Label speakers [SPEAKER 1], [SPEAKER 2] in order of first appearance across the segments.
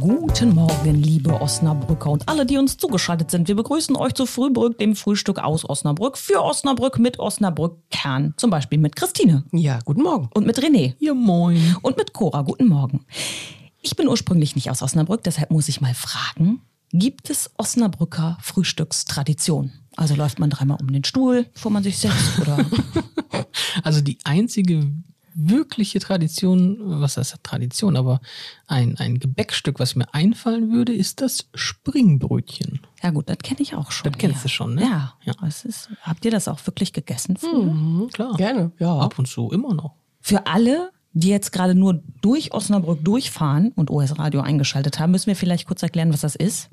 [SPEAKER 1] Guten Morgen, liebe Osnabrücker und alle, die uns zugeschaltet sind. Wir begrüßen euch zu Frühbrück, dem Frühstück aus Osnabrück, für Osnabrück mit Osnabrück-Kern. Zum Beispiel mit Christine
[SPEAKER 2] Ja, guten Morgen.
[SPEAKER 1] und mit René
[SPEAKER 2] Ja, moin.
[SPEAKER 1] und mit Cora. Guten Morgen. Ich bin ursprünglich nicht aus Osnabrück, deshalb muss ich mal fragen, gibt es Osnabrücker Frühstückstradition? Also läuft man dreimal um den Stuhl, bevor man sich setzt oder
[SPEAKER 2] Also die einzige wirkliche Tradition, was heißt Tradition, aber ein, ein Gebäckstück, was mir einfallen würde, ist das Springbrötchen.
[SPEAKER 1] Ja gut, das kenne ich auch schon.
[SPEAKER 2] Das kennst
[SPEAKER 1] ja.
[SPEAKER 2] du schon, ne?
[SPEAKER 1] Ja.
[SPEAKER 2] Ja.
[SPEAKER 1] Das ist, habt ihr das auch wirklich gegessen? früher?
[SPEAKER 2] Mhm, klar.
[SPEAKER 3] Gerne, ja.
[SPEAKER 2] Ab und zu immer noch.
[SPEAKER 1] Für alle, die jetzt gerade nur durch Osnabrück durchfahren und OS Radio eingeschaltet haben, müssen wir vielleicht kurz erklären, was das ist.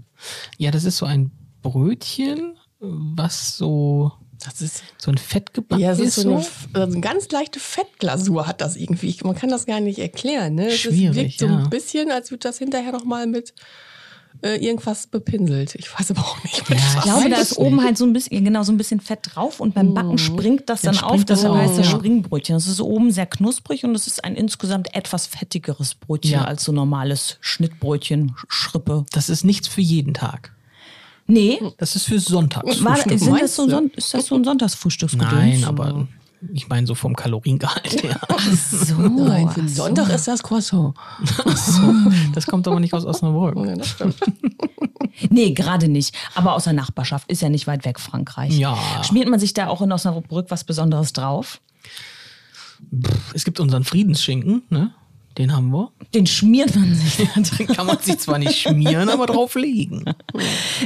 [SPEAKER 2] Ja, das ist so ein Brötchen, was so,
[SPEAKER 3] Das ist,
[SPEAKER 2] so ein Fett gebacken
[SPEAKER 3] ja, es
[SPEAKER 2] ist.
[SPEAKER 3] ist so eine, f- also eine ganz leichte Fettglasur hat das irgendwie. Ich, man kann das gar nicht erklären. Ne? Es ist-
[SPEAKER 2] Schwierig,
[SPEAKER 3] wirkt so
[SPEAKER 2] ja.
[SPEAKER 3] ein bisschen, als würde das hinterher nochmal mit äh, irgendwas bepinselt. Ich weiß aber auch nicht. Mit
[SPEAKER 2] Ja,
[SPEAKER 3] was.
[SPEAKER 1] Ich glaube, da
[SPEAKER 2] weiß
[SPEAKER 1] ist
[SPEAKER 2] ich
[SPEAKER 1] oben
[SPEAKER 2] nicht.
[SPEAKER 1] halt so ein bisschen, genau, so ein bisschen Fett drauf und beim Backen springt das dann
[SPEAKER 2] Dann
[SPEAKER 1] auf.
[SPEAKER 2] springt das
[SPEAKER 1] Deshalb
[SPEAKER 2] auf,
[SPEAKER 1] heißt das
[SPEAKER 2] ja.
[SPEAKER 1] Springbrötchen. Das ist oben sehr knusprig und es ist ein insgesamt etwas fettigeres Brötchen
[SPEAKER 2] Ja.
[SPEAKER 1] als so normales Schnittbrötchen, Sch- Schrippe. Hm.
[SPEAKER 2] Das ist nichts für jeden Tag.
[SPEAKER 1] Nee,
[SPEAKER 2] Das ist für Sonntags.
[SPEAKER 1] war, sind das
[SPEAKER 3] meinst
[SPEAKER 1] so ein
[SPEAKER 3] du?
[SPEAKER 1] Son ist das so ein Sonntagsfrühstücksgedöns?
[SPEAKER 2] Nein, aber ich meine so vom Kaloriengehalt her.
[SPEAKER 1] So,
[SPEAKER 3] Nein, für
[SPEAKER 1] ach
[SPEAKER 3] den
[SPEAKER 1] so.
[SPEAKER 3] Sonntag ist das Croissant.
[SPEAKER 2] So, das kommt aber nicht aus Osnabrück.
[SPEAKER 3] Ja, das stimmt.
[SPEAKER 1] Nee, gerade nicht. Aber aus der Nachbarschaft ist ja nicht weit weg Frankreich.
[SPEAKER 2] Ja.
[SPEAKER 1] Schmiert man sich da auch in Osnabrück was Besonderes drauf?
[SPEAKER 2] Es gibt unseren Friedensschinken, ne? Den haben wir.
[SPEAKER 1] Den schmiert man sich.
[SPEAKER 2] Den kann man sich zwar nicht schmieren, aber drauflegen.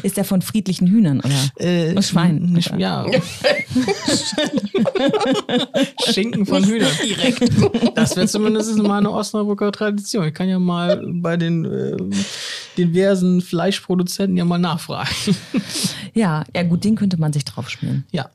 [SPEAKER 1] Ist der von friedlichen Hühnern oder Und Schweinen?
[SPEAKER 2] Sch-
[SPEAKER 1] oder?
[SPEAKER 2] Äh, Ja. Schinken von Hühnern. Direkt. Das wäre zumindest mal eine Osnabrücker Tradition. Ich kann ja mal bei den ähm, diversen Fleischproduzenten ja mal nachfragen.
[SPEAKER 1] ja, ja gut, den könnte man sich drauf schmieren.
[SPEAKER 2] Ja.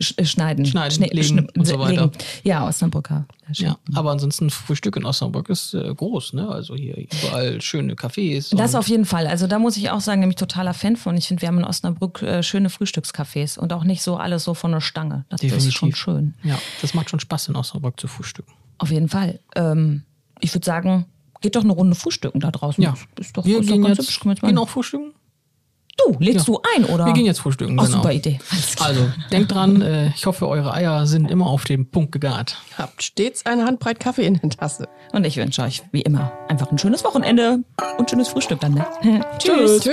[SPEAKER 1] Sch äh, schneiden.
[SPEAKER 2] Schneiden, legen und so weiter.
[SPEAKER 1] legen. Ja, Osnabrücker.
[SPEAKER 2] Ja, aber ansonsten Frühstück in Osnabrück ist äh, groß, ne? Also hier überall schöne Cafés.
[SPEAKER 1] Das
[SPEAKER 2] und-
[SPEAKER 1] auf jeden Fall. Also da muss ich auch sagen, nämlich totaler Fan von. Ich finde, wir haben in Osnabrück äh, schöne Frühstückscafés und auch nicht so alles so von der Stange. Das ist schon schön.
[SPEAKER 2] Ja, das macht schon Spaß, in Osnabrück zu frühstücken.
[SPEAKER 1] Auf jeden Fall. Ähm, ich würde sagen, geht doch eine Runde frühstücken da draußen.
[SPEAKER 2] Ja,
[SPEAKER 1] Das Ist doch,
[SPEAKER 2] wir
[SPEAKER 1] ist
[SPEAKER 2] gehen
[SPEAKER 1] doch ganz hübsch.
[SPEAKER 2] jetzt
[SPEAKER 1] Können wir jetzt mal-
[SPEAKER 2] genau frühstücken.
[SPEAKER 1] Du, lädst du ein, oder?
[SPEAKER 2] Wir gehen jetzt frühstücken,
[SPEAKER 1] Ach,
[SPEAKER 2] genau.
[SPEAKER 1] super Idee. Alles klar.
[SPEAKER 2] Also denkt dran, äh, ich hoffe, eure Eier sind immer auf den Punkt gegart.
[SPEAKER 3] Habt stets eine Handbreit Kaffee in der Tasse.
[SPEAKER 1] Und ich wünsche euch, wie immer, einfach ein schönes Wochenende und schönes Frühstück dann. Ne?
[SPEAKER 3] Tschüss.